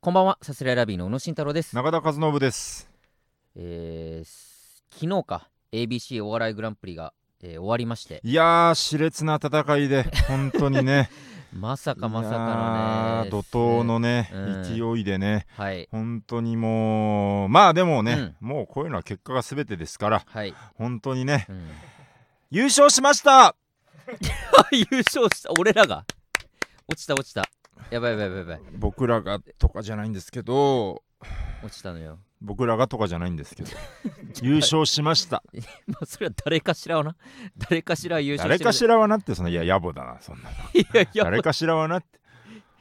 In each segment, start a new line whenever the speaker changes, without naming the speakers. こんばんは、さすらいラビーの宇野慎太郎です。
中田和信です。
えーす昨日か ABC お笑いグランプリが、えー終わりまして、
いやー、熾烈な戦いで、本当 にね、
まさか
い
まさ
や
か
ー
の
怒
ね、
涛のね、
うん
勢いでね、
す、はい、
本当にもう、まあでもね、もうこういうのは結果がすべてですから、
はい、
本当にね、
うん
優勝しました
優勝した俺らが落ちた落ちた、やばいやばいやばいやばい
僕らがとかじゃないんですけど、
落ちたのよ。
僕らがとかじゃないんですけど、優勝しました。
まあそれは誰かしらはな、誰かしらは 優勝
誰
してる
かしらはなって、そのいや、野暮だな、そんな。
いやいや
誰かしらはなって、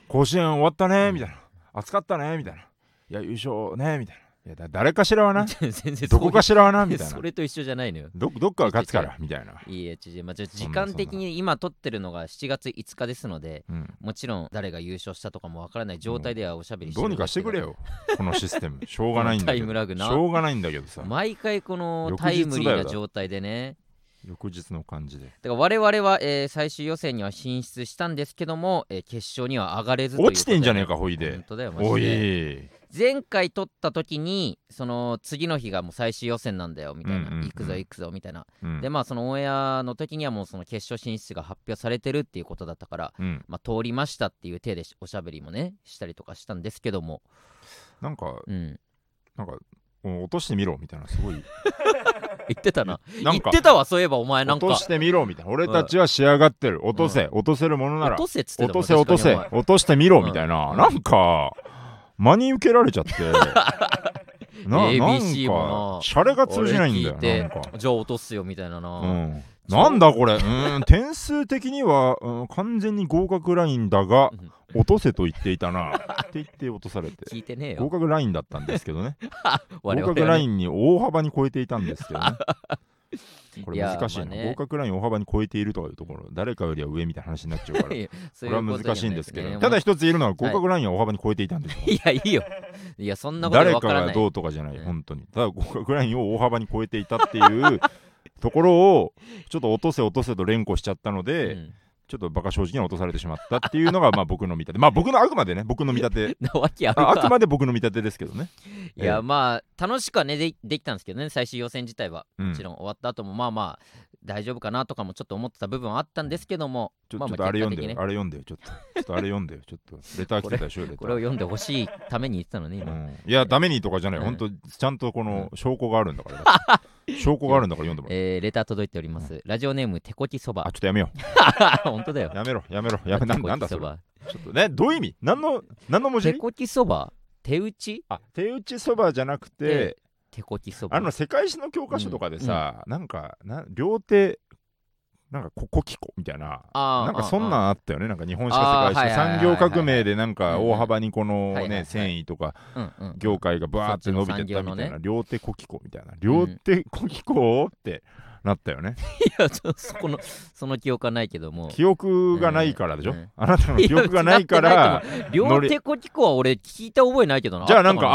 甲子園終わったね、みたいな、暑かったね、みたいな、いや、優勝ね、みたいな。いやだ誰かしらはな
全 然
どこか
し
しらはなみたい な
そ。れと一緒じゃないのよ。
どどっかが勝つからみたいな。
いいえ、ちょちょまあ、ちょ
んな
時間的に今撮ってるのが7月5日ですので、
うん、
もちろん誰が優勝したとかもわからない状態ではおしゃべりして
ど
る
う
ん
に
で
か
す
し
けど
てくれ よ、このシステム。しょうがないんだ
タ
け
イムラグ
ど。
な
しょうがないんだけどさ、
毎回この
翌日
タイムリ
だ
ー
よ
な
だ
状態でね
翌日の感じで。
だから我々は、えー最終予選には進出したんですけども、えー決勝には上がれずということ
落
で
ちてんじゃねえか、ほい
本
で。
当だよマ
お
ジで
い。
前回取った時にその次の日がもう最終予選なんだよみたいな、
うんうんうん
行くぞ行くぞみたいな、
うん
でまあそのオンエアの時にはもうその決勝進出が発表されてるっていうことだったから
うん、
まあ通りましたっていう体でしおしゃべりもねしたりとかしたんですけども
なんか、
うん
なんか、うん落としてみろみたいな、す ごい。
言ってたな
なん
言
か
っ、てたわそういえばお前なん
落
か
としてみろみたいな。俺たちは仕上がってる。落とせ、落とせるものな
落
ら。
とせっつって
落
たも
と
ん
せ、落とせ、
確かに
落としてみろみたいな。
うん
なんか、真に受けられちゃって。 な
ABC も
なん
な
か、シャレが
お前
通じないんだ
俺
よ。
聞
なん
い
か
てじゃあ落とすよみたいなな、
うん、なんだこれうーん点数的には、うん、完全に合格ラインだが
うん
落とせと言っていた なって言って落とされて
聞いてねえ
合
よ
格ラインだったんですけどね合
我々は
格ライ
ン
ンに大幅に超えていたんですけどねこれ難しいな、
いやまあね
合格ラインを大幅に超えているとかいうところ誰かよりは上みたいな話になっちゃ うからこれは難しいんですけど、ただ一つ言えるのは合格ラインは大幅に超えていたんですよ、
いやいいよいやそんなこと
誰
わ
か
からな
が
い
どうとかじゃない、
うん
本当にただ合格ラインを大幅に超えていたっていうところをちょっと落とせ落とせと連呼しちゃったので、
うん
ちょっとバカ正直に落とされてしまったっていうのがまあ僕の見立てまあ僕のあくまでね僕の見立て
なわけある
ああく
か
まで僕の見立てですけどね、
いやまあ楽しくはねでできたんですけどね最終予選自体は
うん
もちろん終わった後もまあまあ大丈夫かなとかもちょっと思ってた部分はあったんですけども
ちょ
ま
ちょっ
ま
とあれ読んで
結果的にね
よ、あれ読んでよちょっとちょっとあれ読んでよちょっとレター来てたでしょレタ
これを
ー
読んでほしいために言ってたのね
う
今、
ん、いやダメにとかじゃない、
うん
ほんとちゃんとこの証拠があるんだからだって証拠があるんだから読んでもらう、
えーレター 届いております、ラジオネームてこきそば
あちょっとやめよ
本当だよ
うやめろやめろやめな
てこ
なんだ
き
そ
そ
れ
ば
ちょっとねどういう意味何の何の文
手
字
こきそば手打ち
あ手打ちそばじゃなくて
手こきそば
あの世界史の教科書とかでさ、なんかな両手なんかここきこみたいな
あー
なんかそんなんあったよね、なんか日本史
あ
か
ー
世界史
はいはいはい
産
はい
業革命でなんか大幅にこ
うん
の
はいはいはい
ね、繊維とか
うんうん
業界がバーって伸びてった
そっちの産業の
みたい
ね
な、両手こきこみたいな、両手こきこってなったよね。
いやちょっとそこのその記憶はないけども
記憶がないからでしょ、
うん
あなたの記憶がないから、
いや両手こきこは俺聞いた覚えないけどな
じゃあなんか、
あっ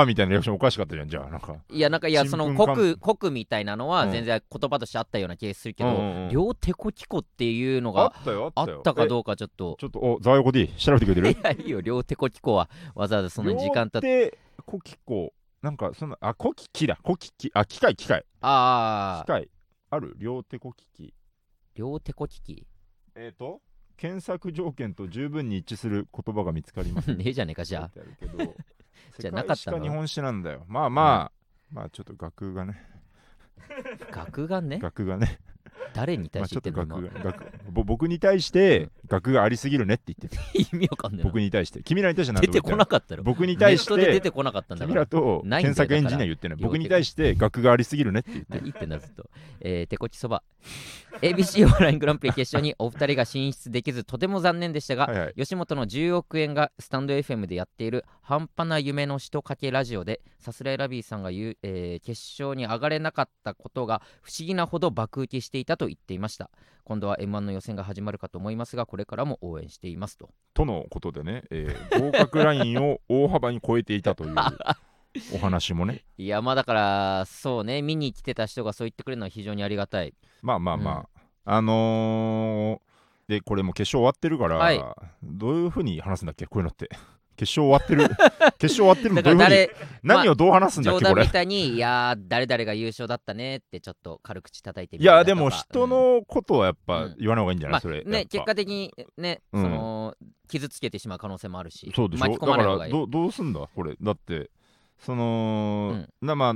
あーあーみたいなリアクションおかしかったじゃん、じゃあなんか。
たかないやなんかいやその
新聞
コ
関
クコクみたいなのは
うん
全然言葉としてあったような気がするけど、
うんうんうん
両手こきこっていうの
あ
が
ったよ、
あ
あ
っ
っ
た
よ。
たか
う
どうかちょっと
ちょっと、お、ザワ横 D、調べてくれてる
いやいいよ両手こきこはわざわざその時間経って
ってコキコなんかそのあコキキだコキキあ機械機械
あ
機
あ
械ある両手コキキ
両手こきき
えっ、と検索条件と十分に一致する言葉が見つかりま す
ねえじゃねえかじゃあ
書いてある けど
じゃあなかったの
世界史か日本史なんだよまあまあ、まあちょっと学がね
学眼ね
学がね
誰に対
まあ
して
ち
言
ょ
っ
ってと
んの、
学
今
が学ぼ僕に対して学がありすぎるねって言ってる
意味わかんないな
僕に対して君らに対して何
出て
とも言っ
こ
てな
ないかったろ
僕に対し
ネットで出
て
てこなかったんだか
君
ら
らと
ないんだよ
検索エンジニア言ってない僕に対して学がありすぎるねって言ってる
何言ってんだずっと、えー、手こちそば ABC オンライングランプリ決勝にお二人が進出できずとても残念でしたが、
はいはい
吉本の10億円がスタンド FM でやっている半端な夢のしとかけラジオでさすらいラビーさんが言う、えー決勝に上がれなかったことが不思議なほど爆受けしていたと言っていました今度は M1 の予選が始まるかと思いますがこれからも応援していますと
とのことでね、えー合格ラインを大幅に超えていた というお話もね、
いやまあだからそうね見に来てた人がそう言ってくれるのは非常にありがたい
まあまあまあ、あのー、で、これもう決勝終わってるから、
はい
どういうふうに話すんだっけ、こういうのって。決勝終わって る決勝終わってるの
だ
ど
か
うい
ら
うふうに
誰
何をどう話すんだっ
冗
けこ
談
れ
みたいに「いやー誰々が優勝だったね」ってちょっと軽口叩いて
い
みたりだと
やで
か
も人
うん
のことはやっぱ
うん
言わない方がいいんじゃない、
まあ
それやっ
ね、
ぱ
結果的にね、
うん
その傷つけてしまう可能性もあるし
そうでし
巻
ょ
き
だ
込ま
か
れる方が
ら
いい
どどうすんだこれだってその、
うん
なまあ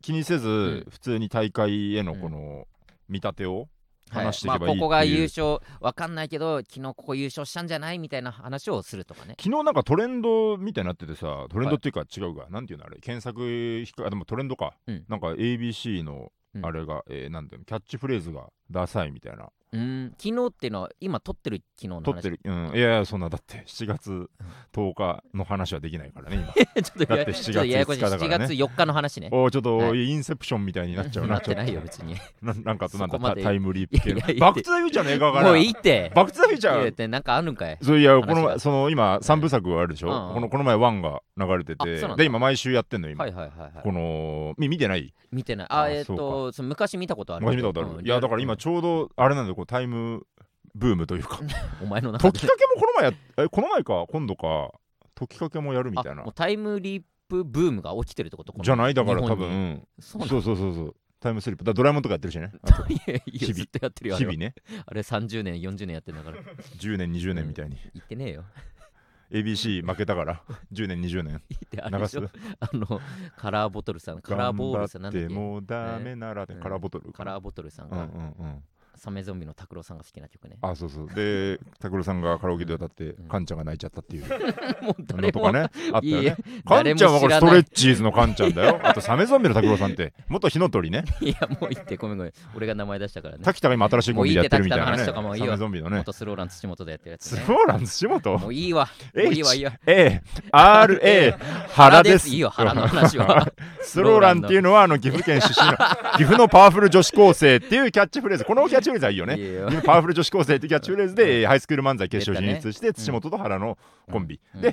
気にせず、
ん
普通に大会への
うん
この見立てを
はい
話していけばいい
まあ、ここが
っていう
優勝わかんないけど昨日ここ優勝したんじゃないみたいな話をするとかね
昨日なんかトレンドみたいになっててさトレンドっていうか違うか、なんていうのあれ検索引っかあでもトレンドか、
うん
なんか ABC の
うん
あれが、えーなんていうのキャッチフレーズがダサいみたいな
うん昨日っていうのは今撮ってる昨日の話
撮ってる、うん、いやいやそんなだって7月10日の話はできないからね今
ちょっとや
だって7
ちょっとややこしい
月5日だからね
7月4日の話ね
おーちょっと、
は
インセプションみたいになっちゃう
な
な
ってないよ
ちょっ
別に
とななんかとなん
そこま
だ
で
タイムリープ
い
系
やいやい
の
や
バック・トゥ・ザ・フューチャーの映画か
も
ら
ういいって
バック・トゥ・ザ・フュー
い
チ
や
ャ
っ
ー
てなんかあるんかい
そういやこの
話
前
が
その今3部作があるでしょ、
うんうん
このこの前1が流れて
あそうなん
て
だ
で今毎週やってんの今、
はいはいはいはい
このみ見てない
見てないあ
あ
えっ、
そうか
とその昔見たことある
昔見たことある、
うん
いやだから今ちょうどあれなんだよこうタイムブーム というか
お前の中
時
で
かけもこの前やっえこの前か今度か時かけもやるみたい
あ
な
もうタイムリープブームが起きてるってこと
じゃないだから
日
多
本に
分
そうな
そうんそ
だ
うそうそうタイムスリップだからドラえもんとかやってるしね
いやいや
日々
ずっとやってるよあ
日
れは
々ね
あれ30年40年やってんだから
10年20年みたいに、
言ってねえよ
ABC 負けたから10年20年
言ってあれ
流
ですしょあのカラーボトルさんカラーボールさんなんだっ
で
け
もうダメならで、
ね
カラーボトル
カラーボトルさん
うんう
が、
んうん
サメゾンビの拓郎さんが好きな曲ね
あそうそうで拓郎さんがカラオケで歌って、
うん
カンちゃんが泣いちゃったっていう
もう
の
誰
と
も
かねあったよ
い
ね
や
カンちゃんはこれ
誰も知らない
ストレッチーズのカンちゃんだよ。あとサメゾンビの拓郎さんって、元火の鳥ね。
いやもう言ってごめんごめん俺が名前出したからね
滝田が今新しいコンビでやってるみたいな
もういい
ね。
って滝田の話とかもういいよ
サメゾンビのね。
元スローラン土本でやってるやつ
ス
ね
ローラン土本
もういいわもういいわいい
H
わ
A R A 原です。
いいよ原の話は
スローランっていうのはあの岐阜県出 身の岐阜のパワフル女子高生っていうキャッチフレーズ。このキャッチフレーズはいいよね。
いいよ
でパワフル女子高生ってキャッチフレーズで、えーハイスクール漫才決勝進出して、
たね
土本と原のコンビ、
うんう
で
ん,、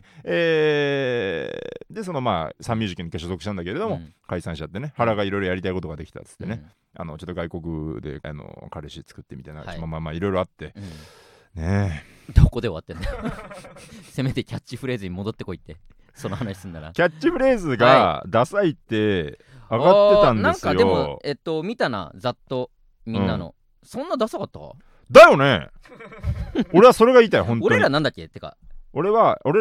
えーでそのまあサンミュージックに所属したんだけれども、
うん
解散しちゃってね原がいろいろやりたいことができたっつってね、
うん
あのちょっと外国であの彼氏作ってみたいな、
はい
まあまあまあいろいろあって
うん
ねえ
どこで終わってんの せめてキャッチフレーズに戻ってこいってその話すんなら
キャッチフレーズがダサいって上がってたんです
あーなんかで
よ
も、、えっと、見たな、ざっと、みんなの。そんなダサかった
だよね 俺はそれが言いたい本当
俺
に
ら
俺
なんだっけってか、
は俺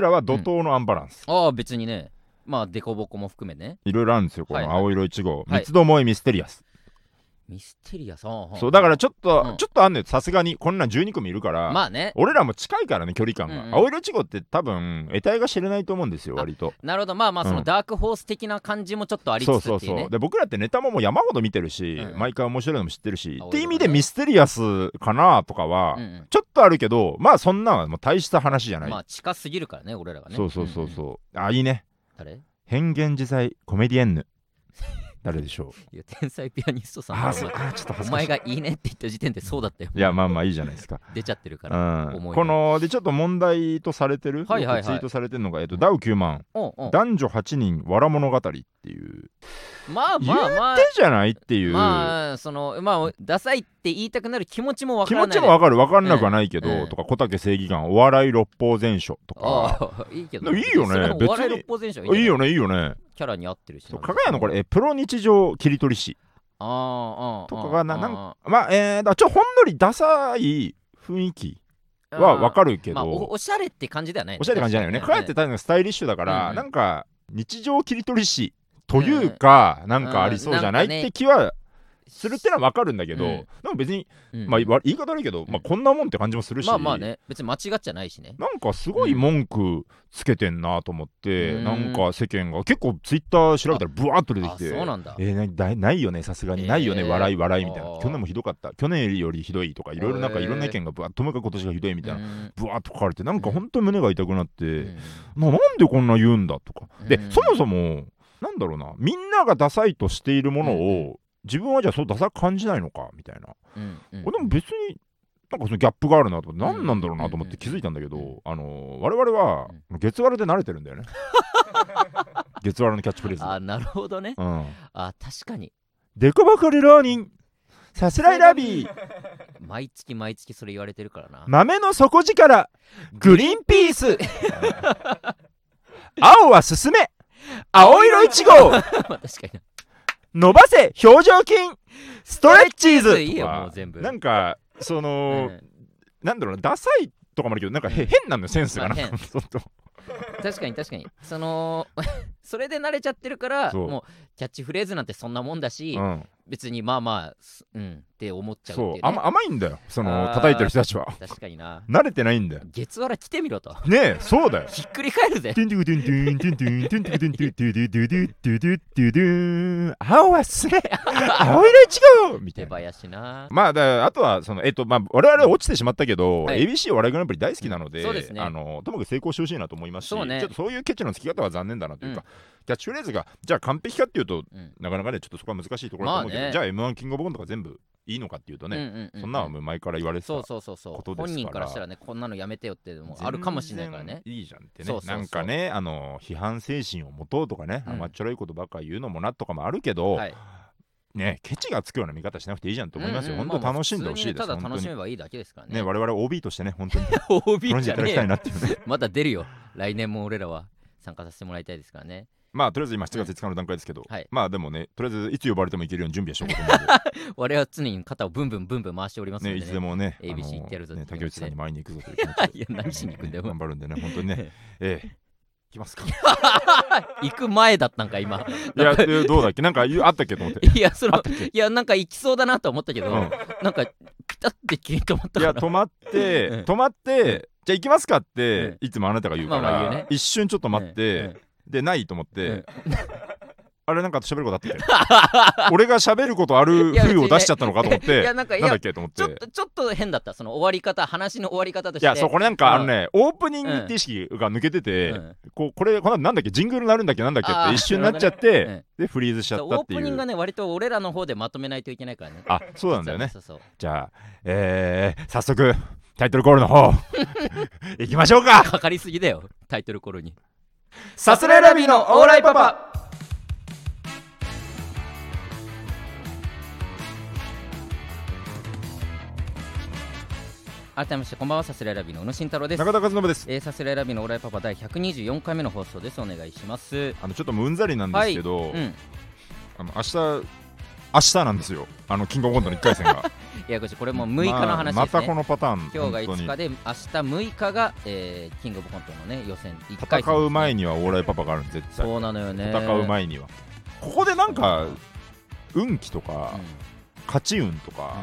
らは怒涛のアンバランス、
ああ、別にね、まあ、デコボコも含めね。
いろいろあるんですよこ
はい
の
はい
青色いちご、
はい
三つどもえミステリアス
ミステリアス。あー
そうだから、ちょっと、
うん
ちょっとあんねさすがにこんなん12組いるから、
まあね、
俺らも近いからね距離感が、
うんうん
青色いちごって多分得体が知れないと思うんですよ
あ
割と
なるほど、まあまあ、そ
うん
のダークホース的な感じもちょっとあり
そ
つ
う
つ
そう
っていう
そ
ね
う。で僕らってネタももう山ほど見てるし、
うん
毎回面白いのも知ってるし、
青色
っ
い
て
ち
意
ご
味でミステリアスかなとかは、
うんうん
ちょっとあるけどまあそんなんはもう大した話じゃない、
まあ、近すぎるからね、俺らがね。
そうそうそうそう、
んん。
あいいね
誰
変幻自在コメディエンヌ誰でしょう
いや、天才ピアニストさん
あー
だ
そう
ろ。
あーちょっと
お
恥ずかし
前
い
がいいねって言った時点でそうだったよ。
いやまあまあいいじゃないですか
出ちゃってるから。
うん、
思いが
このでちょっと問題とされてる、
はいはいはい
よくツイートされてるのが、えっと、ダウ9万、
おうおう
男女8人わら物語っていう
まあまあまあ
手、じゃないっていう、
まあ、その、まあ、ダサいって言いたくなる気持ちもわか
気
らない。
持ちもわかるわかんなくはないけど、
うん
とか小竹正義感お笑い六法全書とか
ああ、いいけど。
いいよね
それはもう
別に
お笑い六法全書
いいよ
ね。
ねいいよね
キャラに合ってるしな。
そう加賀屋のこれえプロ日常切り取り師
ああ。ああ、
とかがな
ああ
なんまあえー、だちょほんのりダサい雰囲気はわかるけど、
まあ、お
お
おしゃれって感じではないね。
しゃれって感じじゃないよね加
確
賀
か
屋
に
って多分スタイリッシュだから、
うん
なんか日常切り取り師というか、なんかありそうじゃない、
うんなん
っ
かね
て気はするってのはわかるんだけど、
うん
でも別に、
うん
まあ、わ言い方悪いけど、まあ、こんなもんって感じもするし、
まあまあね、別に間違っちゃないしね。
なんかすごい文句つけてんなと思って、
うん
なんか世間が結構ツイッター調べたらブワーッと出てき
あ、
て
そうなんだ。
えーなだいないよねさすがにないよね、
えー
笑い笑いみたいな
あー
去年もひどかった去年よりひどいとかいろいろなんか
えー
いろんな意見がぶわっともかく今年がひどいみたい
う
な、
ん
ぶわっと書かれてなんか本当に胸が痛くなって、
うん
ななんでこんな言うんだとか、で
うん
そもそもなんだろうなみんながダサいとしているものを、自分はじゃあそうダサく感じないのかみたいな、
うんうん
これでも別になんかそのギャップがあるなと思っ
う
て
ん
何なんだろうなと思って気づいたんだけど、
うん
あのー我々は月割れで慣れてる んだよね月割れのキャッチフレーズ
あ、なるほどね。
うん
あ、確かに。
デコボコル浪人さすらいラビー
毎月毎月それ言われてるからな。
豆の底力グリーンピース青は進め青色いちご
まあ 確かに
伸ばせ表情筋ストレッチーズ
いいよ
とか
もう全部
なんかそ
な、
の、
うん
なんだろうなダサいとかもあるけどなんかへ、
うん
変なのよセンスがな、
まあ変
ちょっと
確かに確かにその それで慣れちゃってるから
そう
もうキャッチフレーズなんてそんなもんだし、
うん、
別にまあまあすうんって思っちゃうっていう、
そう
ね、
甘甘いんだよその
あー
叩いてる人たちは
確かにな
慣れてないんだよ
月わら来てみろと
ねえそ うだよ
ひっくり返るぜ
トゥントゥクトゥントゥントゥントゥントゥントゥクトゥントゥントゥドゥドゥドゥドゥドゥドゥドゥン青はすれ青色いちごみ
手
たいな
林な
まあだからあとはそのえっとまあ我々は落ちてしまったけど、
はい
ABC お笑いグランプリ大好きなので,、
そうですね
あのともかく成功してほしいなと思いますし
そうね
ちょっとそういうケチのつき方は残念だなというか、キャッチフレーズがじゃあ完璧かっていうと
うん
なかなかねちょっとそこは難しいところだと思うけど、
まあね
じゃあ m 1キングオブコントが全部いいのかっていうと
うんう
ね、
んうん
そんなのはもう前から言われてた
そうそうそうそ
こ
う
とですから
本人からしたらねこんなのやめてよっていうのもあるかもしれないからね
全然いいじゃんってね
そうそうそう
なんかねあの批判精神を持とうとかね、
うん
甘っちょろいことばっか言うのもなとかもあるけど、
はい
ねケチがつくような見方しなくていいじゃんと思いますよ、
うんうん
本当楽しんでほしいです、
まあまあ普通にねただ
本
楽
当
し
に
めばいいだけですからね
ね我々 OB としてね本当に
OB
楽し
じ
んでい
ゃ
ただ
ね
き
え
たい
よ
なっていうね
まだ出るよ来年も俺らは参加させてもらいたいですからね
まあとりあえず今7月5日の段階ですけど、
はい
まあでもねとりあえずいつ呼ばれてもいけるように準備はしようかと思
我々は常に肩をブンブンブンブン回しておりま
う
す
んで、
ので
ね、
ね
いつでもね
ABC
あの
行ってやるぞって気持ちで
ね竹内さんに前に行くぞという気持ちで
いや何しに行くんだよ
あのね頑張るんでね本当に ねええ行きますか
行く前だったんか 今
いやえどうだっけなんか言うあったっけと思っ て
いやそのいやなんか行きそうだなと思ったけど、
うん
なんかピタって急に止まった
いや
から
止ま っ
う
て
ん
止まってじゃあ行きますかっ
う
ていつもあなたが言うか
まあまあ言うね
ら一瞬ちょっと待っ
うんう
て
ん
でないと思っ
う
て
ん
あれなんかあと喋ることあったっけ 俺が喋ることある風を出しちゃったのかと思っ
いや
て
なんかい
なんだ
や
っけと思っ
ちょってとちょっと変だったその終わり方話の終わり方とし
い
て
やそうこれなんか
うん
あのねオープニングって意識が抜けて
う
て
ん
こうこれこの後なんだっけジングルなるんだっけなんだっけ
あ
っ
ー
て一瞬なっちゃ
な
っ
るほどね
てでフリーズしちゃった
オー
って
プニ
い
ングが
う
ね割と俺らの方でまとめないといけないからね
あそうなんだよね
そうそう
じゃあえー早速タイトルコール の方行きましょう か
かかりすぎだよタイトルコールに
サスレラビーのオーライパパ
改めましてこんばんはサスレラビーの宇野慎太郎です
中田和信です
えー、サスレラビーのオーライパパ第124回目の放送ですお願いします
あのちょっともううんざりなんですけど、
うん
あの明日明日なんですよあのキングオブコントの1回戦が
いやこれこれ もう6日の話ですね、
まあまたこのパターン
今日が
本当
5日
に
で明日6日が、えーキングオブコントのね予選1回戦
戦う前にはオーライパパがあるん絶対
そうなのよね
戦う前にはここでなんか運気とか、
うん
勝ち運とか、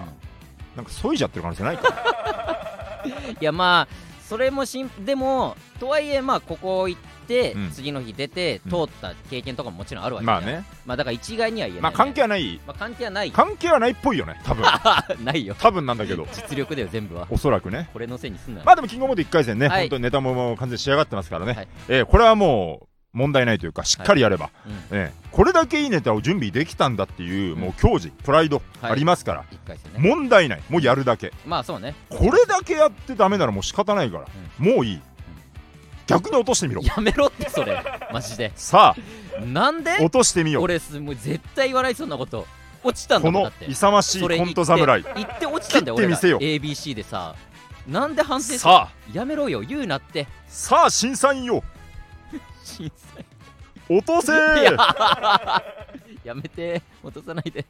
なんかそいじゃってる可能性ないか
うんいやまあそれもしんでもとはいえまあここ行って、
うん
次の日出て
うん
通った経験とかももちろんあるわけじゃ
ま
ん
あね
まあだから一概には言えな
ま
い、
あ
ね
関係はない
まあ関係はない
関係はないっぽいよね多分
ないよ
多分なんだけど
実力だよ全部は
おそらくね
これのせいにすんなよ、
まあでもキングオブコント1回戦ね、
はい
本当にネタももう完全に仕上がってますからね、
はい
えーこれはもう問題ないというかしっかりやれば、
うん
ええこれだけいいネタを準備できたんだっていう、
うん
もう矜持プライド
はい
ありますから、
1回戦ね
問題ないもうやるだけ
まあそうね
これだけやってダメならもう仕方ないから、もういい、逆に落としてみろ
やめろってそれマジで
さ
なんで
あ落としてみよう
俺すもう絶対言わないそんなこと落ちたんだ
こ
もんだ
の
って
勇ましいコント侍
行って落ちたんだよ
切って
俺
み
ら
せよ
ABC でさなんで反省する
さあ
やめろよ言うなって
さあ審査員よ
審査員
落とせ
いややめて落とさないで、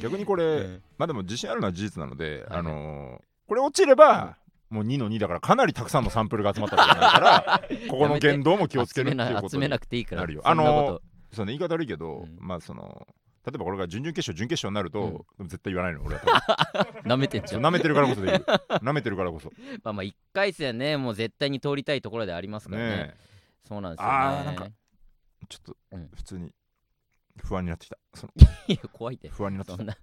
逆にこれ、
うん
まあでも自信あるのは事実なので、
はい
あのーこれ落ちれば、もう2の2だからかなりたくさんのサンプルが集まったことになるから ここの言動も気をつけるっていうこと
集め
に
なくていいから
なるよ
そんなこと
あのそうね言い方悪いけど、
うん
まあその例えば俺が準々決勝準決勝になると、絶対言わないの俺は 多分
舐めてんじ
そ
ゃ
うん舐めてるからこそできる舐めてるからこそね
まあまあ1回戦ねもう絶対に通りたいところでありますからね
え
そうなんですよね
あーなんかちょっと
うん
普通に不安になってきたその
いや怖いって
不安になって
そ
きた
んな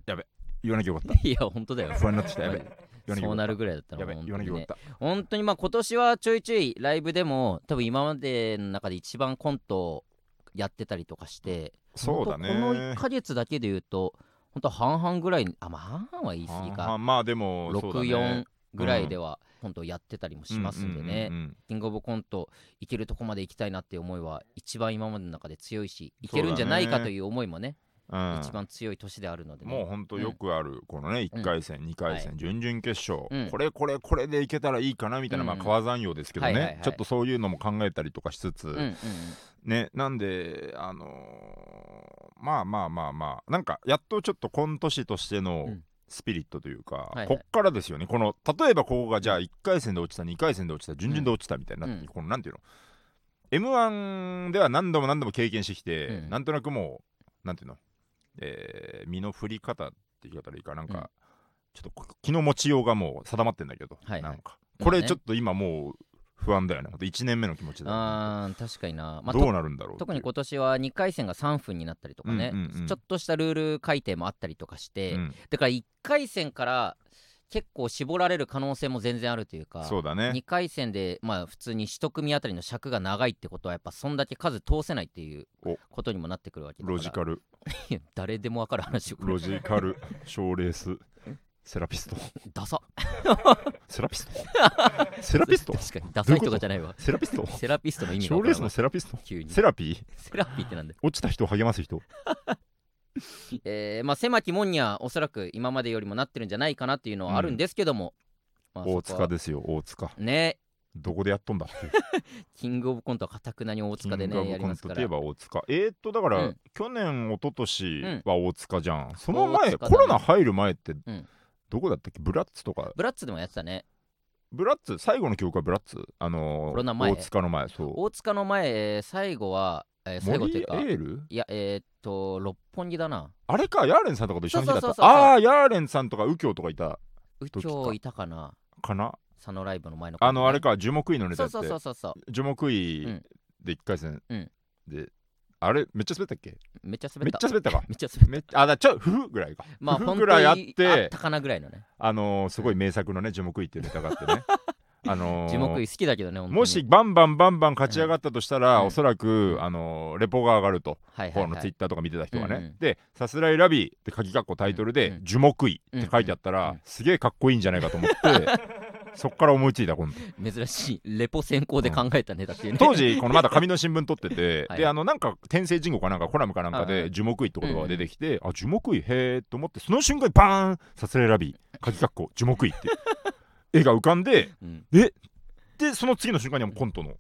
言わなきゃよかっ
いや本当だよ
た不安になってきたやべ
ま
言わなきゃよかった
そうなるぐらいだったら
やべ
本当
言わなきゃ
に
よか
ね
った
本当にまあ今年はちょいちょいライブでも多分今までの中で一番コントをやってたりとかして
そうだね
本当この1ヶ月だけで言うと本当半々ぐらいあまあ半々は言い過ぎ
あー
か
まあでもそうだ
64
ね
ぐらいではコントをやってたりもしますんでね
うんうんうんうん
キングオブコントいけるとこまで行きたいなっていう思いは一番今までの中で強いしいけるんじゃないかという思いもね
うん
一番強い年であるのでね、
もうほんとよくある、このね1回戦、2回戦、
は
準々決勝、
うん
これこれこれでいけたらいいかなみたいな、
うん
まあ川山陽ですけど
は
ね、
いはいはい
ちょっとそういうのも考えたりとかしつつ、
うんうんうん
ねなんであのーまあまあまあまあなんかやっとちょっと今年としての
うん
スピリットというか、
はいはい
こっからですよねこの例えばここがじゃあ1回戦で落ちた2回戦で落ちた準々で落ちたみたいになって、
うん
このなんていうの m 1では何度も何度も経験してきて、
うん
なんとなくもうなんていうの、えー身の振り方って言い方でいいかなんか、
うん
ちょっとこ気の持ちようがもう定まってんだけど、
はいはい
なんか
ね
これちょっと今もう不安だよねあと1年目の気持ちだよね、
あー確かにな、まあ、
どう
と
なるんだろうっていう
特に今年は2回戦が3分になったりとかね、
うんうんうん
ちょっとしたルール改定もあったりとかして、
うん
だから1回戦から結構絞られる可能性も全然あるというか
そうだね
2回戦で、まあ、普通に1組あたりの尺が長いってことはやっぱそんだけ数通せないっていう
お
ことにもなってくるわけだから
ロジカル
いや誰でも分かる話をこれ
ロジカル賞レースセラピスト
ダサ
セラ ピストセラピスト
確かにダサいとかじゃないわ
セラピスト
セラピストの意味が
賞
分か
レー
らな
スの
い
セラピスト
急に
セラピー
セラピーってなんだよ、
落ちた人を励ます人
えーまあ、狭き門にはおそらく今までよりもなってるんじゃないかなっていうのはあるんですけども、まあそ
大
こは
塚ですよ大塚
ね
どこでやっとんだっていう
キングオブコントはかたくなに 大塚で
キングオ
ねや
ブ
り
コ
ま
ン
す
ト
か
といえ
ら
ば大塚えーっとだから、
うん
去年一昨年は大塚じゃん、その
大
前、
塚だね
コロナ入る前って、
ん
どこだったっけブラッツとか
ブラッツでもやってたね
ブラッツ最後の記憶はブラッツあのー
コロナ前
大塚の前そう
大塚の前えー最後は、えー最後
森
と
エ
いうか
ール
いやえーっと六本木だな
あれか、ヤーレンさんとかと一緒の日だった
そう。そうそうそう
ああ、ヤーレンさんとか右京とかいた
右
時か
京いたかな
かな。
佐野ライブの前の、
あの、あれか、樹木医のネタ
そ
や
う
って
そうそうそうそう
樹木
う
医
ん
で一回戦
うん
で、あれ、めっちゃ滑ったっけ
めっちゃ滑
め
っ
ったちゃ滑ったか。
めっちゃ滑っ
めっちゃ、あ、だちょ、ふふぐらいか。
まあ
ふ
本
ふ
当
ぐらい
に
あ
あ
っ、
ってたかなぐらいのね
あのー、すごい名作のね、樹木医っていうネタがあって ね。あのー
樹木医好きだけどね本当に
もしバンバンバンバン勝ち上がったとしたら、
うん
おそらく、あのーレポが上がると、
はいはい
方
は
の
い
ツイッターとか見てた人がね、
うんうん
で「さすらいラビー」って鍵括弧タイトルで
うんう
「
ん
樹木医」って書いてあったら、
うんうん
すげえかっこいいんじゃないかと思って そっから思いついた今度
珍しいレポ先行で考えたネタっていうね、
当時このまだ紙の新聞撮ってて
はい
であのなんか天聖人語かなんかコラムかなんか
はいは
で
い
樹木医って言葉が出てきて、あ樹木医へえと思ってその瞬間にバーン「さすらいラビー」鍵括弧樹木医って絵が浮かん で
うん、
でその次の瞬間にはもうコントの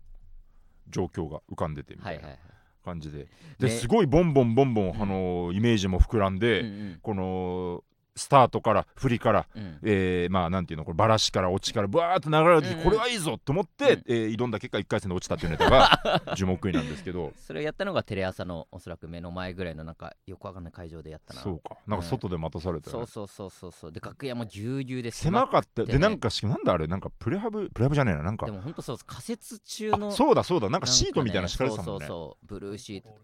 状況が浮かんでてみ
は
た
い
い
はい
な
はい、
感じで,、
ね
ですごいボンボンボンボン、あのイメージも膨らんで、
うんうん
このスタートから振りから、
うん
えーまあなんていうのこれバラシから落ちからブワーっと流れる時、
うんうん
これはいいぞと思って、
うん
えー挑んだ結果1回戦で落ちたっていうネ タが樹木医なんですけど
それをやったのがテレ朝のおそらく目の前ぐらいのなんかよくわかんない会場でやったな
そうかなんか外で待たされたよね、
そうそうそうそうそうで楽屋もぎゅうぎゅうで
狭かった
狭く
よ
て
で
ね
なんかしかもなんだあれなんかプレハブプレハブじゃねえななんか
でも本当そうです仮設中
あ
の
そうだそうだなん
な
かシートみたいな敷かれてたもん
そ
ね
うそうそうブルーシート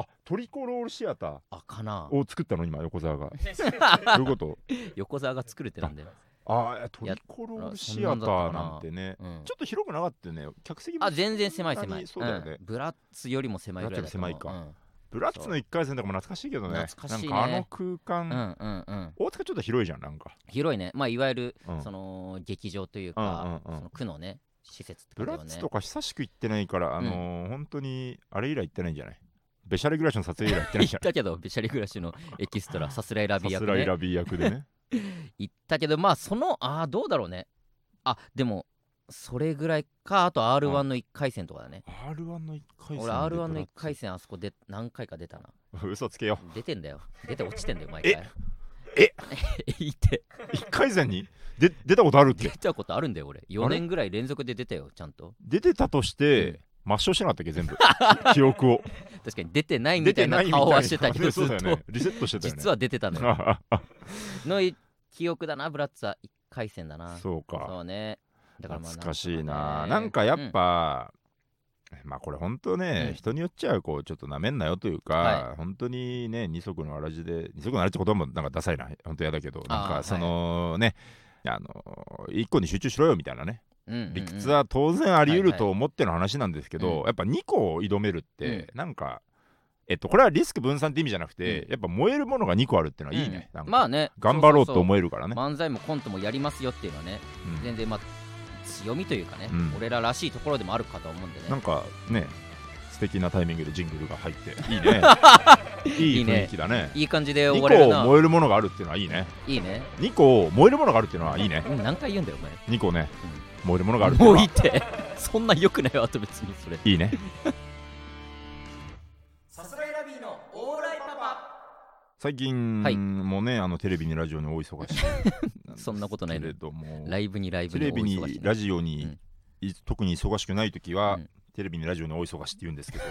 あトリコロールシアタ
あかな
ーを作ったの今横澤がどういうこと
横澤が作るってなんだよ、
あートリコロールシアターなんてね
うん
ちょっと広くなかったよね客席も
あ全然狭い狭い
そうだよね
んブラッツよりも狭いぐらいだと思う
ブラッツより狭いブラッツの1回戦とかも懐かしいけどね
懐かしいね
なんかあの空
うん
間、
うんうんうん
大塚ちょっと広いじゃんなんか、
広いねまあいわゆる
うん
その劇場というか、
うんうんうん
その区のね施設ってこ
ブ
と
ラ
よ
ッ
ね
ツとか久しく行ってないから、あのー本当にあれ以来行ってないんじゃないベシャレ暮らしの撮影以来行ってない
行
ん
っ
じゃな
た
い
けどべしゃり暮ら しのエキストラさすらいラビ
さ
役
すらい
ね
ラビー役 でね
行ったけどまあそのああどうだろうねあでもそれぐらいかあと r 1の1回戦とかだね
R1 の1回戦
俺 r 1の1回戦あそこで何回か出たな
戦嘘つけよ
出てんだよ出て落ちてんだよ毎回
え
いて
1回戦にで出たことあるっ
出
け
たことあるんだよ俺4年ぐらい連続で出たよちゃんと
出てたとして、
うん
抹消してなかったっけ全部 記憶 を
確かに出てないみ
出
た
て
い
な
ない
み
顔
たい
は
な
してたけどず
そう
っ
だ
と、
よねリセットしてたよね
実は出てたのよ
は
の記憶だなブラッツは1回戦だな
そうか
そうねだからまあ
懐かしいな、
ね
なんかやっぱ、まあこれ本当ね、
うん
人によっちゃこうちょっとなめんなよというか、
は
本当にね二足のわらじで二足のわらじってこともなんかダサいな本当嫌だけど
あー
なんかそのね、あの一個に集中しろよみたいなね
うんうんうん
理屈は当然あり得
はい
る
はい
と思っての話なんですけど、
うん
やっぱ2個を挑めるってなんか、えっとこれはリスク分散って意味じゃなくて、
う
やっぱ燃えるものが2個あるっていうのはいいね、
うん
なんか
まあね
頑張ろう
そ
と
そそ
思えるからね
漫才もコントもやりますよっていうのはね
うん
全然まあ強みというかね、
うん
俺ららしいところでもあるかと思うんでね
なんかね素敵なタイミングでジングルが入っていいねいい雰囲気だね
いい感じで
2
終われる
個
な
燃えるものがあるっていうのはいいね
いいね
2個燃えるものがあるっていうのはいいね
うん何回言うんだよお前
2個ね燃えるものがあるっていう
もう
のはい
いってそんな良くないわあと別にそれ
いいね
さすらいラビーのオーライパパ
最近
はい
もねあのテレビにラジオに大忙しい
そんなことない
け
の
れども
ライブにライブ
テレビ
お忙し
に
い
ラジオに、
うん
い特に忙しくない時は、
うん
テレビにラジオに大忙しいって言うんですけど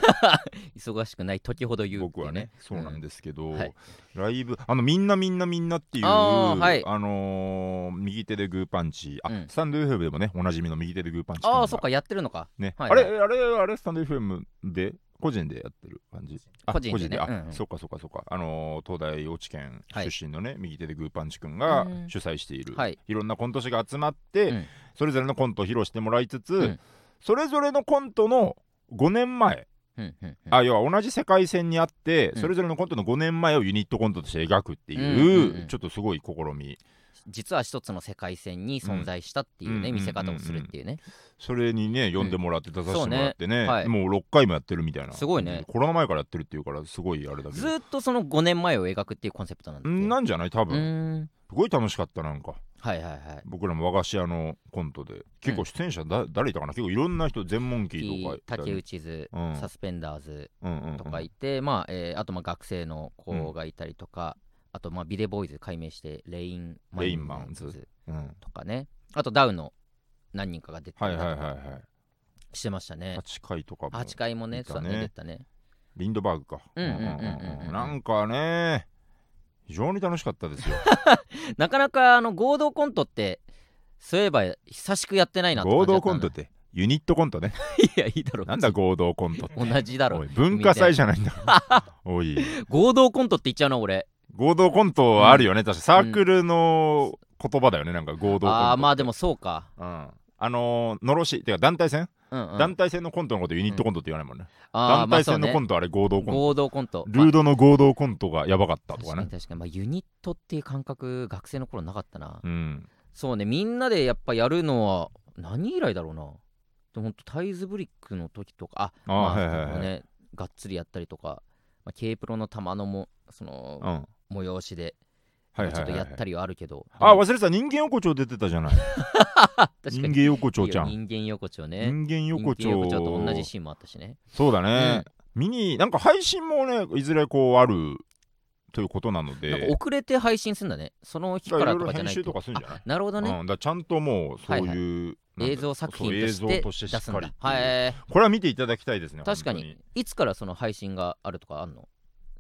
忙しくない時ほど言うって
僕
いう
はねそうなんですけど、
うんはい
ライブあの「みんなみんなみんな」っていう
あ
あ、
ーはい
のー右手でグーパンチあ、
うん
スタンド FM でもねおなじみの右手でグーパンチ
ああそっ
か、
かやってるのか
ね
はいはい
あれあれあれスタンド FM で個人でやってる感じあ
個人でね
あ、
うんうん
そっかそっかそっかあのー東大越智県
はい
出身のね、右手でグーパンチくんが
うん
主催している、
はい
ろんなコント師が集まって、
うん
それぞれのコントを披露してもらいつつ、
うん
それぞれのコントの5年前、
うんうんうん
あ要は同じ世界線にあって、
うん
それぞれのコントの5年前をユニットコントとして描くっていう、
うんうんうん
ちょっとすごい試み
実は一つの世界線に存在したっていうね、
うん
見せ方をするっていうね、
それにね呼んでもらって出させてもらってね,、
そうねはい
もう6回もやってるみたいな
すごいね
コロナ前からやってるっていうからすごいあれだけ
ず
ど
ーっとその5年前を描くっていうコンセプトなんだっけ
なんじゃない多
う
分、
ーん
すごい楽しかったなんか
はいはいはい
僕らも和菓子屋のコントで結構出演者だ、誰いたかな結構いろんな人全問キーとかいたり
竹内図、
うん
サスペンダーズ
うんうんうん
とかいて、まあ、えーあとまあ学生の子がいたりとか、あとまあビデボーイズ改名してレインマ
レイ
ン
ンマ
マ
ン
ン
ズ
ズ
うん
とかねあとダウの何人かが出てた
はい
り
はいはいは
とかしてましたね
い、8回とかも
8回もね
いた
そう
ね
ね出てたね
リンドバーグか。
うんうんうんうんうん
なんかね、非常に楽しかったですよ。
なかなかあの合同コントってそういえば久しくやってないなって感
合
じだ
同
った
コ
な
ントって、ユニットコント ね。
いやいいだろ
なんだ合同コントって。
同じだろ
おい文化祭じゃない んだから。おい、
合同コントって言っちゃうな俺
合同コントはあるよね。確かサークルの言葉だよね、なんか合同コント。
ああーまあでもそうか
うん。あのー、のろし、てか団体戦、
うんうん
団体戦のコントのことユニットコントって言わないもんね。
あー
団
まあ
体
そう
戦の
ね
コントあれ合同コント。
合同コント
ルードの合同コントがやばかったとか
まあ確。
ね
かに確かに、まあ、ユニットっていう感覚学生の頃なかったな、
うん。
そうねみんなでやっぱやるのは何以来だろうなでほんとタイズブリックの時とかあ
あー
まあ
はいはいはい
そのねがっつりやったりとか、まあ、K プロの玉のもその、
うん。はい
催しで、
はい
まあちょっと
はい
や
はい
ったりはあるけど、
あ、
でも
忘れてた。人間横丁出てたじゃない。
確
人
かに
間横丁ちゃ
いい
ん。
よ人間横丁ね
人間横丁
人間横と同じシーンもあったしね
そうだね、見になんか配信もねいずれこうあるということなので
なんか遅れて配信するんだね。その日
だ
か
から
ら
いろ
とかじゃ
いろ編
ない
集と
と。
かするんじゃない
なるほどね。
うん、だからちゃんともうそういう、
はい
なんだ
映像作品
そう映像
と
と
し
してて
出
し
す
っ
ん
か
だ
り。
はい、
これは見ていただきたいですね
確か
本当
に。いつからその配信があるとかあんの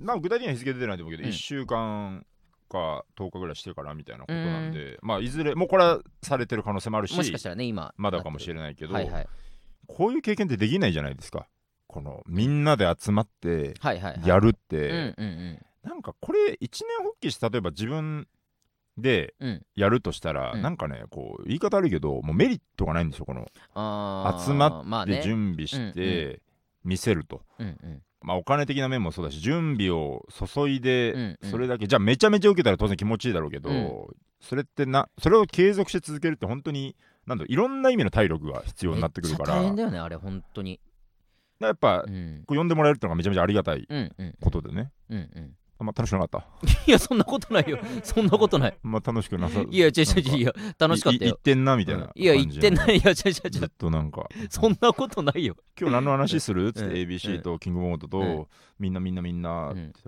なんか具体的には日付出てないと思うけど、
うん
1週間か10日ぐらいしてからみたいなことなんで、まあいずれもうこれはされてる可能性もあるし
もしかしたらね、今。
まだかもしれないけど、
はいはい。
こういう経験ってできないじゃないですかこのみんなで集まって
はいはい、はい。
やるって、
うんうんうん。
なんかこれ一年発起して例えば自分で
うん
やるとしたら、
うん
なんかねこう言い方悪いけどもうメリットがないんですよこの、
あー
集まっ
まあ
で
ね、
準備し
う
て見せると、
うんうん。
まあ、お金的な面もそうだし準備を注いで、
うんうん
それだけじゃあめちゃめちゃ受けたら当然気持ちいいだろうけど、
うん
それってなそれを継続して続けるって本当になんだろういろんな意味の体力が必要になってくるから
めっちゃ大
だ
変
か
だよね、あれ、本当に。
らやっぱ、
うん。
こう呼んでもらえるってのがめちゃめちゃありがたい
うんうん。
ことでね、
うんうん。
まあ、楽しくなかった、
いや、そんなことない よ。そんなことない。
まあ、楽しくなさ
いや、違う
なん
違う違う。いや、楽しかった
いい行
よ
っ。てんなみたいな
うんいや、
感
言
じ
ってない。いや、違う違う違
ずっ
う。
となんか
そんなことないよ。
今日何の話する?」っつ っ
うん
て ABC とキングボンド
う
と
ん
みんなみんなみんな
う
っ
ん
て言っ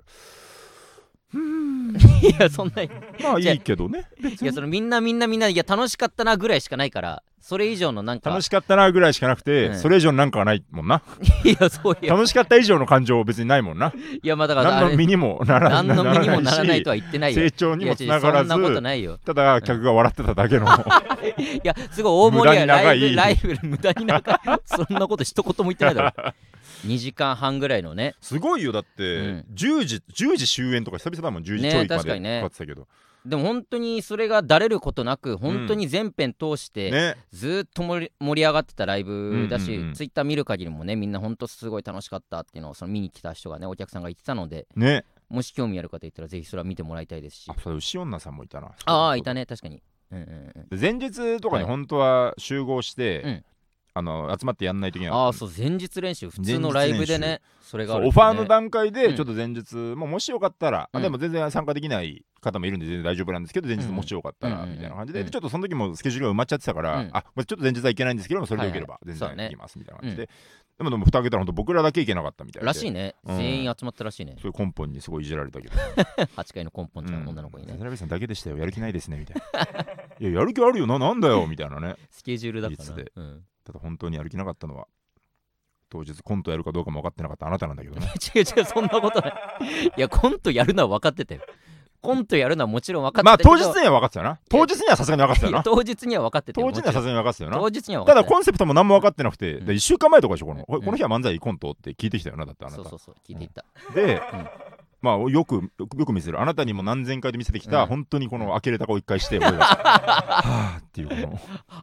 いや、そんな。
たらまあいいけどね
いやそのみんなみんなみんないや楽しかったなぐらいしかないからそれ以上のなんか
楽しかったなぐらいしかなく
う
て
ん
それ以上なんかはないもんない
やそういや
楽しかった以上の感情別にないもんない
やまあだからあ
何の
れ
身にもなら
何の身にもならな
ないい
と
し
は言ってないよ
成長にもつなが
いや
ら
違うそんなこと
ず
ないよ
ただ客が笑ってただけの
いやすごい大盛りや
無駄に
ラ
長
イブ
い
ライブ無駄に長いそんなこと一言も言ってないだ ろ2時間半ぐらいのね
すごいよだ
う
っ
ん
て10時10時終演とか久々だもん10時
ね
ちょいま
確かに
で
ね
やってたけど
でも本当にそれがだれることなく本当に全編通して
ね
ずーっと盛り盛り上がってたライブだし、
うんうんうん
ツイッター見る限りもねみんな本当すごい楽しかったっていうのをその見に来た人がねお客さんが言ってたので
ね
もし興味ある方いたらぜひそれは見てもらいたいですし
あそう牛女さんもいたな
ああいたね確かにうんうんうん
で前日とか
はい
に本当は集合して、
うん
あの集まってやんないときには
ああそう前日練習普通のライブでねそれがあ
そう
る
オ
ん
フ
だ
ァー
ね
の段階
う
で
ん
ちょっと前日、もうもしよかったら、あ
うん
でも全然参加できない方もいるんで全然大丈夫なんですけど前日
うん
もしよかったら
うん
みたいな感じで,、
うん
でちょっとその時もスケジュールが埋まっちゃってたから、
うん
あまあちょっと前日はいけないんですけどもそれでよければ
はいはい
全
そうだ
然
ね
できますみたいな感じで、でもでも蓋開けたら本当僕らだけいけなかったみたいで
らしいね、
うん
全員集まったらしいね
そういう根本にすごいいじられたけど
8階の根本ちゃんの女の子にね、
うん、ラビさんだけでしたよやる気ないですねみたいないややる気あるよななんだよみたいなね
スケジュールだった
いつ
な
で
うん、
ただ本当にやる気なかったのは当日コントやるかどうかも分かってなかったあなたなんだけ どね
違う違うそんなことないいやコントやるのは分かってたよコントやるのはもちろん分か
ま
っ
あ
てた
当
け
日
ど、
には分かってたな当日にはさすがに分かってた
いや
な
当日には分かってたよ
当日にはさすがに分かってたよな
当日には分
た
か
だ
ってた
コンセプトも何も分かってなくて、
うん
で1週間前とかでしょこの,、
うん
この日は漫才コントって聞いてきたよなだってあな
そ
た
うそうそう聞いていった、
で、
ん
まあよくよくよく見せるあなたにも何千回と見せてき
う
た、
ん
本当にこの呆れた顔一回し て俺がはあっていうこの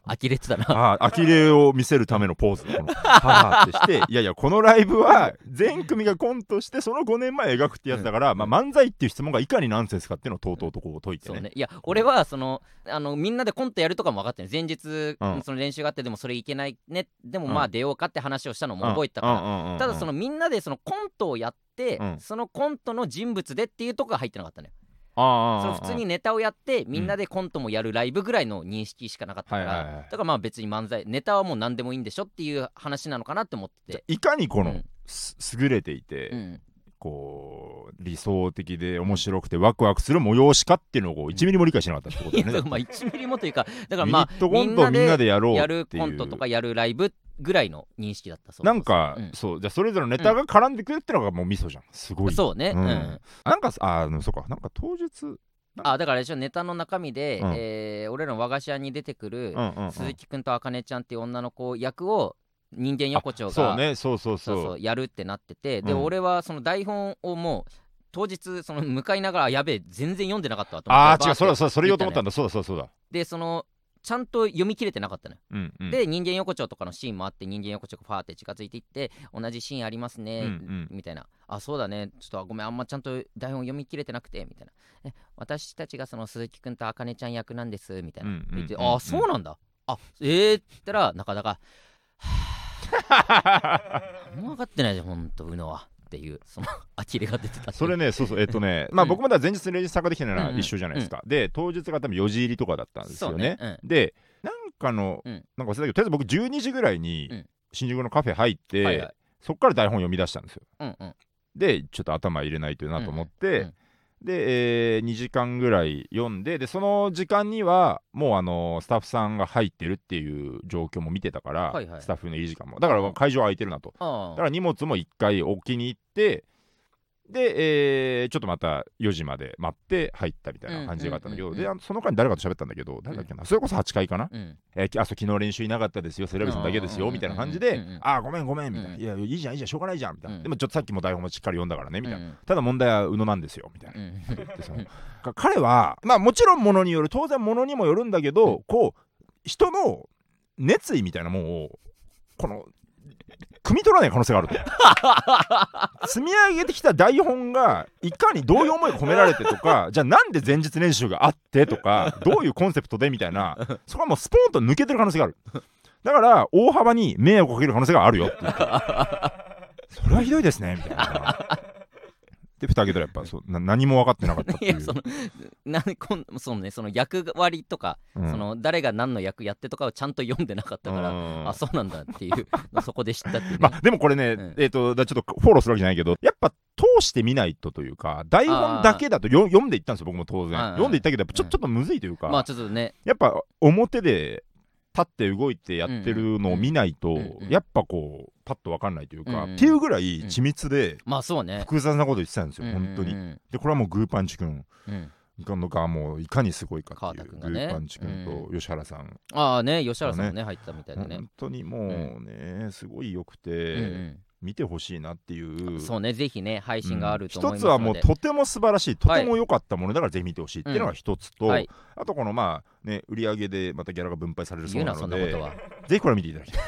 呆れてたな
ああ呆れを見せるためのポーズこのはあって していやいやこのライブは全組がコントしてその5年前描くってやつだから、
ん
まあ、漫才っていう質問がいかにナンセンスかっていうのをとうとうとこう解いて
そ
ね
うね、いや俺はそのあのみんなでコントやるとかも分かってる前日、
うん
その練習があってでもそれいけないねでも
うん
まあ出ようかって話をしたの
う
も覚えてたから、
ら
ただそのみんなでそのコントをやって、
うん
そのコントの人物でっていうとこが入ってなかったのよ、その
の
普通にネタをやってみんなでコントもやるライブぐらいの認識しかなかったから、
はいはいはい
だからまあ別に漫才ネタはもう何でもいいんでしょっていう話なのかなって思ってて。
いかにこの、
うん
す優れていて、
うん
こう理想的で面白くてワクワクする催しかっていうのをこう1ミリも理解しなかったってことだ
い
よ
やだ
ねだ
から
って
まあ1ミリもというかだから
ユニ
ま
ッ
あ
トコントをみんなでやろう
や
っ
る
ていう
コントとかやるライブぐらいの認識だったそう
なんか、
うん
そうじゃあそれぞれのネタが絡んでくるってのがもうミソじゃんすごい
そうね、
うん
うん、
なんかああのそうかなんか当日
あだからあれでしょネタの中身で、
うん
えー俺らの和菓子屋に出てくる、
うんうんうん
鈴木くんとあかねちゃんっていう女の子役を人間横丁が
そうねそうそう
そ
そうう
そうやるってなっててで、
うん
俺はその台本をもう当日その向かいながらあやべえ全然読んでなかったわと思って
あ
バー
あ違
っ
う
て
それそれそれ言おうと思ったんだそうだそうだそうだ
でそのちゃんと読み切れてなかったのよ、
うんうん
で人間横丁とかのシーンもあって人間横丁がファーって近づいていって同じシーンありますね、
うんうん
みたいなあそうだねちょっとあごめんあんまちゃんと台本読み切れてなくてみたいなえ私たちがその鈴木くんとあかねちゃん役なんですみたいな、
うんうんうん
言ってあそうなんだあええー、って言ったらなかなかもう分かってないじゃんほんとうのはっていうその呆れが出てた
それねそうそうえっとねまあ
うん
僕まだ前日にレジ参加できてないの
う
は
んうん
一緒じゃないですか、で当日が多分4時入りとかだったんですよね
そうね
でなんかの、
うん
なんか忘れたけどとりあえず僕12時ぐらいに
うん
新宿のカフェ入って、
はいはい
そっから台本読み出したんですよ
うんうん
でちょっと頭入れないとなと思って、
うんうん
で、え2時間ぐらい読んででその時間にはもうあのスタッフさんが入ってるっていう状況も見てたから、
はいはい
スタッフのいい時間もだから会場空いてるなと
あ
だか
あ
ら荷物も1回置きに行ってで、えーちょっとまた4時まで待って入ったみたいな感じがあったんだけど、
うんうんうんうん
であのその間に誰かと喋ったんだけど誰だっけな、それこそ8回かな、
うん
えーきあそう昨日練習いなかったですよセレブさんだけで
う
す
んう
よ
んうんうん
みたいな感じ
う
で
んうんうん
あーごめんごめんみたいな、
うん
いやいいじゃんいいじゃんしょうがないじゃんみたいな、
うん
でもちょっとさっきも台本もしっかり読んだからねみたいな、
うん
ただ問題は宇野なんですよみたい
う、
な
ん
でそのか彼はまあもちろんものによる当然ものにもよるんだけど、こう人の熱意みたいなもんをこの汲み取らない可能性があると積み上げてきた台本がいかにどういう思いが込められてとかじゃあなんで前日練習があってとかどういうコンセプトでみたいなそこはもうスポンと抜けてる可能性があるだから大幅に迷惑をかける可能性があるよって言ってそれはひどいですねみたいな。で蓋開けたらやっぱそうな何も分かってなかったって
い
いう。
やそのなんこんそのねその役割とか、
うん
その誰が何の役やってとかをちゃんと読んでなかったから、
うん
あそうなんだっていう そこで知ったっていうね、
まあでもこれね、
うん
えっ、とだちょっとフォローするわけじゃないけどやっぱ通してみないとというか台本だけだとよ読んでいったんですよ僕も当然
あー
読んでいったけどやっぱちょ,、
うん
ちょっとむずいというか、
まあちょっとね
やっぱ表で立って動いてやってるのを見ないと、
うんうんうん
やっぱこうパッと分かんないというか、
うんうん
っていうぐらい緻密で
まあそうね
複雑なこと言ってたんですよ、本当
う
に。
ん
でこれはもうグーパンチ君
うんうん
のがもういかにすごいかってい
川
う、
田
グ
君がね
ーパンチ君と吉原さん
ああね吉原さんもね入ってたみたいでね
本当にもうね、すごい良くて、
うん
見てほしいなっていう
うんそうねぜひね配信があると思い
うん
ます
一つはも
の
う
で
とても素晴らしいとても良かったものだからぜひ見てほしいっていうのが一つと、
はい
あとこのまあね売り上げでまたギャラが分配されるそ
言
う
う
な
なそ
の
んな
で
ことは
ぜひこれ見ていただき たい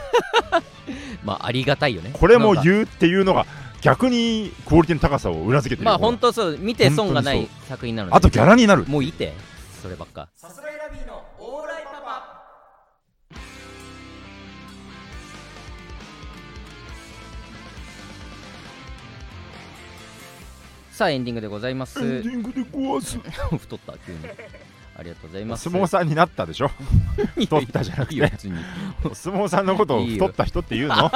まあありがたいよね
これ
う
も言うっていうのが逆にクオリティの高さを裏付けてる
ま
よ
あ本当そう見て損がない
本
作品なので
あとギャラになる
もういいってそればっか
さすらいラビーのオーライパパ
さあエンディングでございます
エンディングで壊す。
太った急にありがとうございます
相撲さんになったでしょ。
ん
太ったじゃなくて
いいよ別に
お相撲さんのことを
いいよ
太った人って言う の。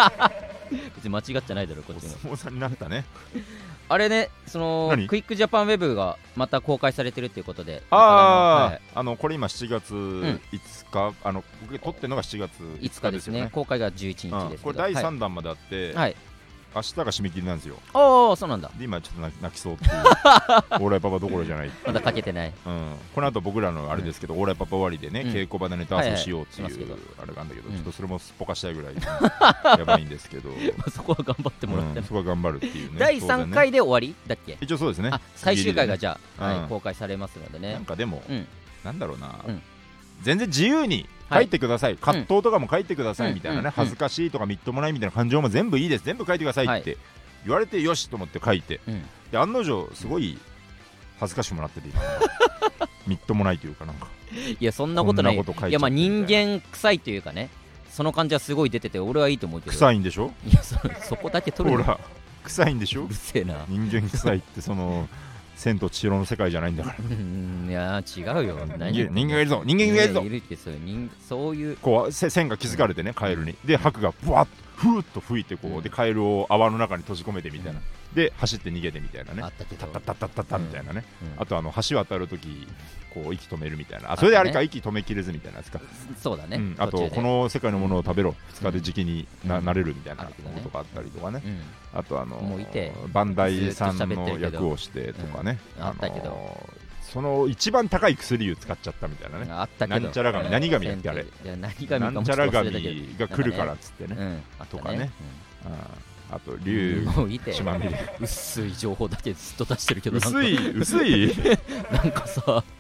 別に間違っちゃないだろこっ
お
ち
相
も
撲さんになっ たね。
あれねその
何
クイックジャパンウェブがまた公開されてるっていうことで
ああ、
はい
あのこれ今7月5日、あの僕撮ってるのが7月
い
5
つか
日
で
ですすよね
ね。公開が11日
う
で
ん
す
こ
け
れ
ど
第
はい
3弾まであって、
はい
明日が締め切りなんですよ。
おおそうなんだ
で今ちょっと泣き泣き そうっていうオーライパパどころじゃないっていう
まだかけてない
うん、この後僕らのあれですけど、オーライパパ終わりでね、
うん
稽古場でネタ合わせをしようってい
はいはいし
う
ます
あれがあるんだけど、
うん
ちょっとそれもすっぽかしたいぐら いやばいんですけど、
まあ そこは頑張ってもらって
うん
も
そこは頑張るっていうね
第
当然
3
ね
回で終わりだっけ
一応そうですね
あ最終回が
ギ
じゃあ
うん
はい公開されますので
リねな
ね
んかでも、
うん
なんだろうな、
うん
全然自由に書いてください、葛藤とかも書いてくださいみたいなね、
うん
恥ずかしいとかみっともないみたいな感情も全部いいです全部書いてくださいって言われてよしと思って書いて
うん
で案の定すごい恥ずかしくもらってて今みっともないというかなんか
いやそんなことない
こんなこと書いちゃって
いやまあ人間臭いというかねその感じはすごい出てて俺はいいと思うけど
臭いんでしょ
いやそそこだけ取
ほ
るの
ら臭いんでし
う
ょ
るせえな
人間臭いってその千と千尋の世界じゃないんだか
うんいやー違うよ
ら
何
人間人間がいるぞ人間がいるぞ
いるってそう人そういう
こうせ線が気づかれてねカエルにで白がブワッとふーっと吹いてこ
う
うんでカエルを泡の中に閉じ込めてみたいなで走って逃げてみたいなね
あったけ
タ
ど
ッタッタッタッタッタみたいなね
うん
あとあの橋渡るときこう息止めるみたいなあそれであれか
あ
息止めきれずみたいなやつか
そうだね、
うんあ
途
と
中で
こ、の世界のものを食べろ2日で時期にな
うん
なれるみたいな
あ
こ
るけどね
とがあったりとかね
うん、
あとあの
もういて
バンダイさん
ずっと喋って
の
るけど
役をしてとかね、
うんあったけど
のその一番高い薬を使っちゃったみたいなね
あったけど
なんちゃら神何神だっけあれ
いや何神か
な
も
ん
ち
ち
ょ
ゃ
っと
ら
忘れたけ
神が来るからっつって
ど、
ね
うん、あった
とかね、ああと
うん
竜
もういて
血まみれ
薄い情報だけずっと出してるけどなんか
薄い薄い
なんかさ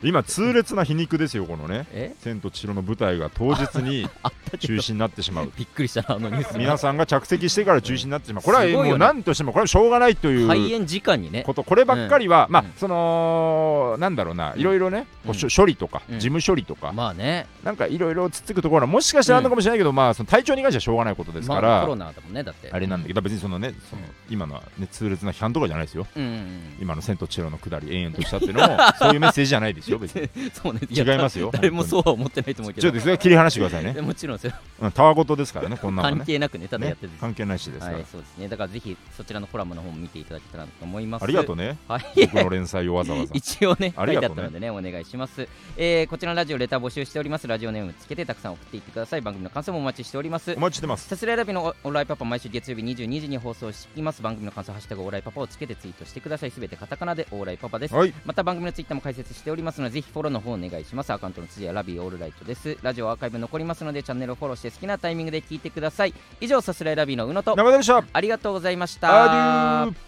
今痛烈な皮肉ですよこのね
え
「千と千尋」の舞台が当日に
あったけ
中
ど
止になってしまう
びっくりしたなあのニュース
皆さんが着席してから中止になってしまうこれは
すごい
も
よ
う
ね
何としてもこれはしょうがないという
開演時間にね
ことこればっかりは、
うん
まあ
うん
そのなんだろうな
うん
いろいろね、こう
うん
処理とか、
うん
事務処理とか、
まあね
なんかいろいろつっつくところはもしかしたらあるのかもしれないけど、まあその体調に関してはしょうがないことですから、
まあ、コロナだもんねだって
あれなんだけど別にそのねその
うん
今のは、ね、痛烈な批判とかじゃないですよ
うんうん
今の「千と千尋の下り」延々としたっていう のもそういうメッセージじゃないですよ別に
うん そうね
違いますよ
や誰もそうは思ってないと思うけ
ちょ
ど
っとそれは切り離してくださいね
で もちろんそれは
うんたわごとですからねこんなの
関
ね
係なくねただやってる、
関係ないしですか
は
ら、
いそうですねだからぜひそちらのコラムの方も見ていただけたらと思います
ありがとうね
はい
僕の連載をわざわざ
一応ね、
あ
書
り
い
が
て
と
あった
うね
のでね、お願いします。えーこちらのラジオ、レター募集しております。ラジオネームつけてたくさん送っていってください。番組の感想もお待ちしております
お。待ちしてます
さすらいラビのオンラインパパ、毎週月曜日22時に放送しています。番組の感想、ハッシュタグオーライパパをつけてツイートしてください。すべてカタカナでオーライパパです。
はい
また番組のツイッターも解説しておりますので、ぜひフォローの方お願いします。アカウントの次はラビーオールライトです。ラジオアーカイブ残りますので、チャンネルをフォローして好きなタイミングで聞いてください。以上、さすらいラビーの宇野と、
生田でした
ありがとうございました。
アデュー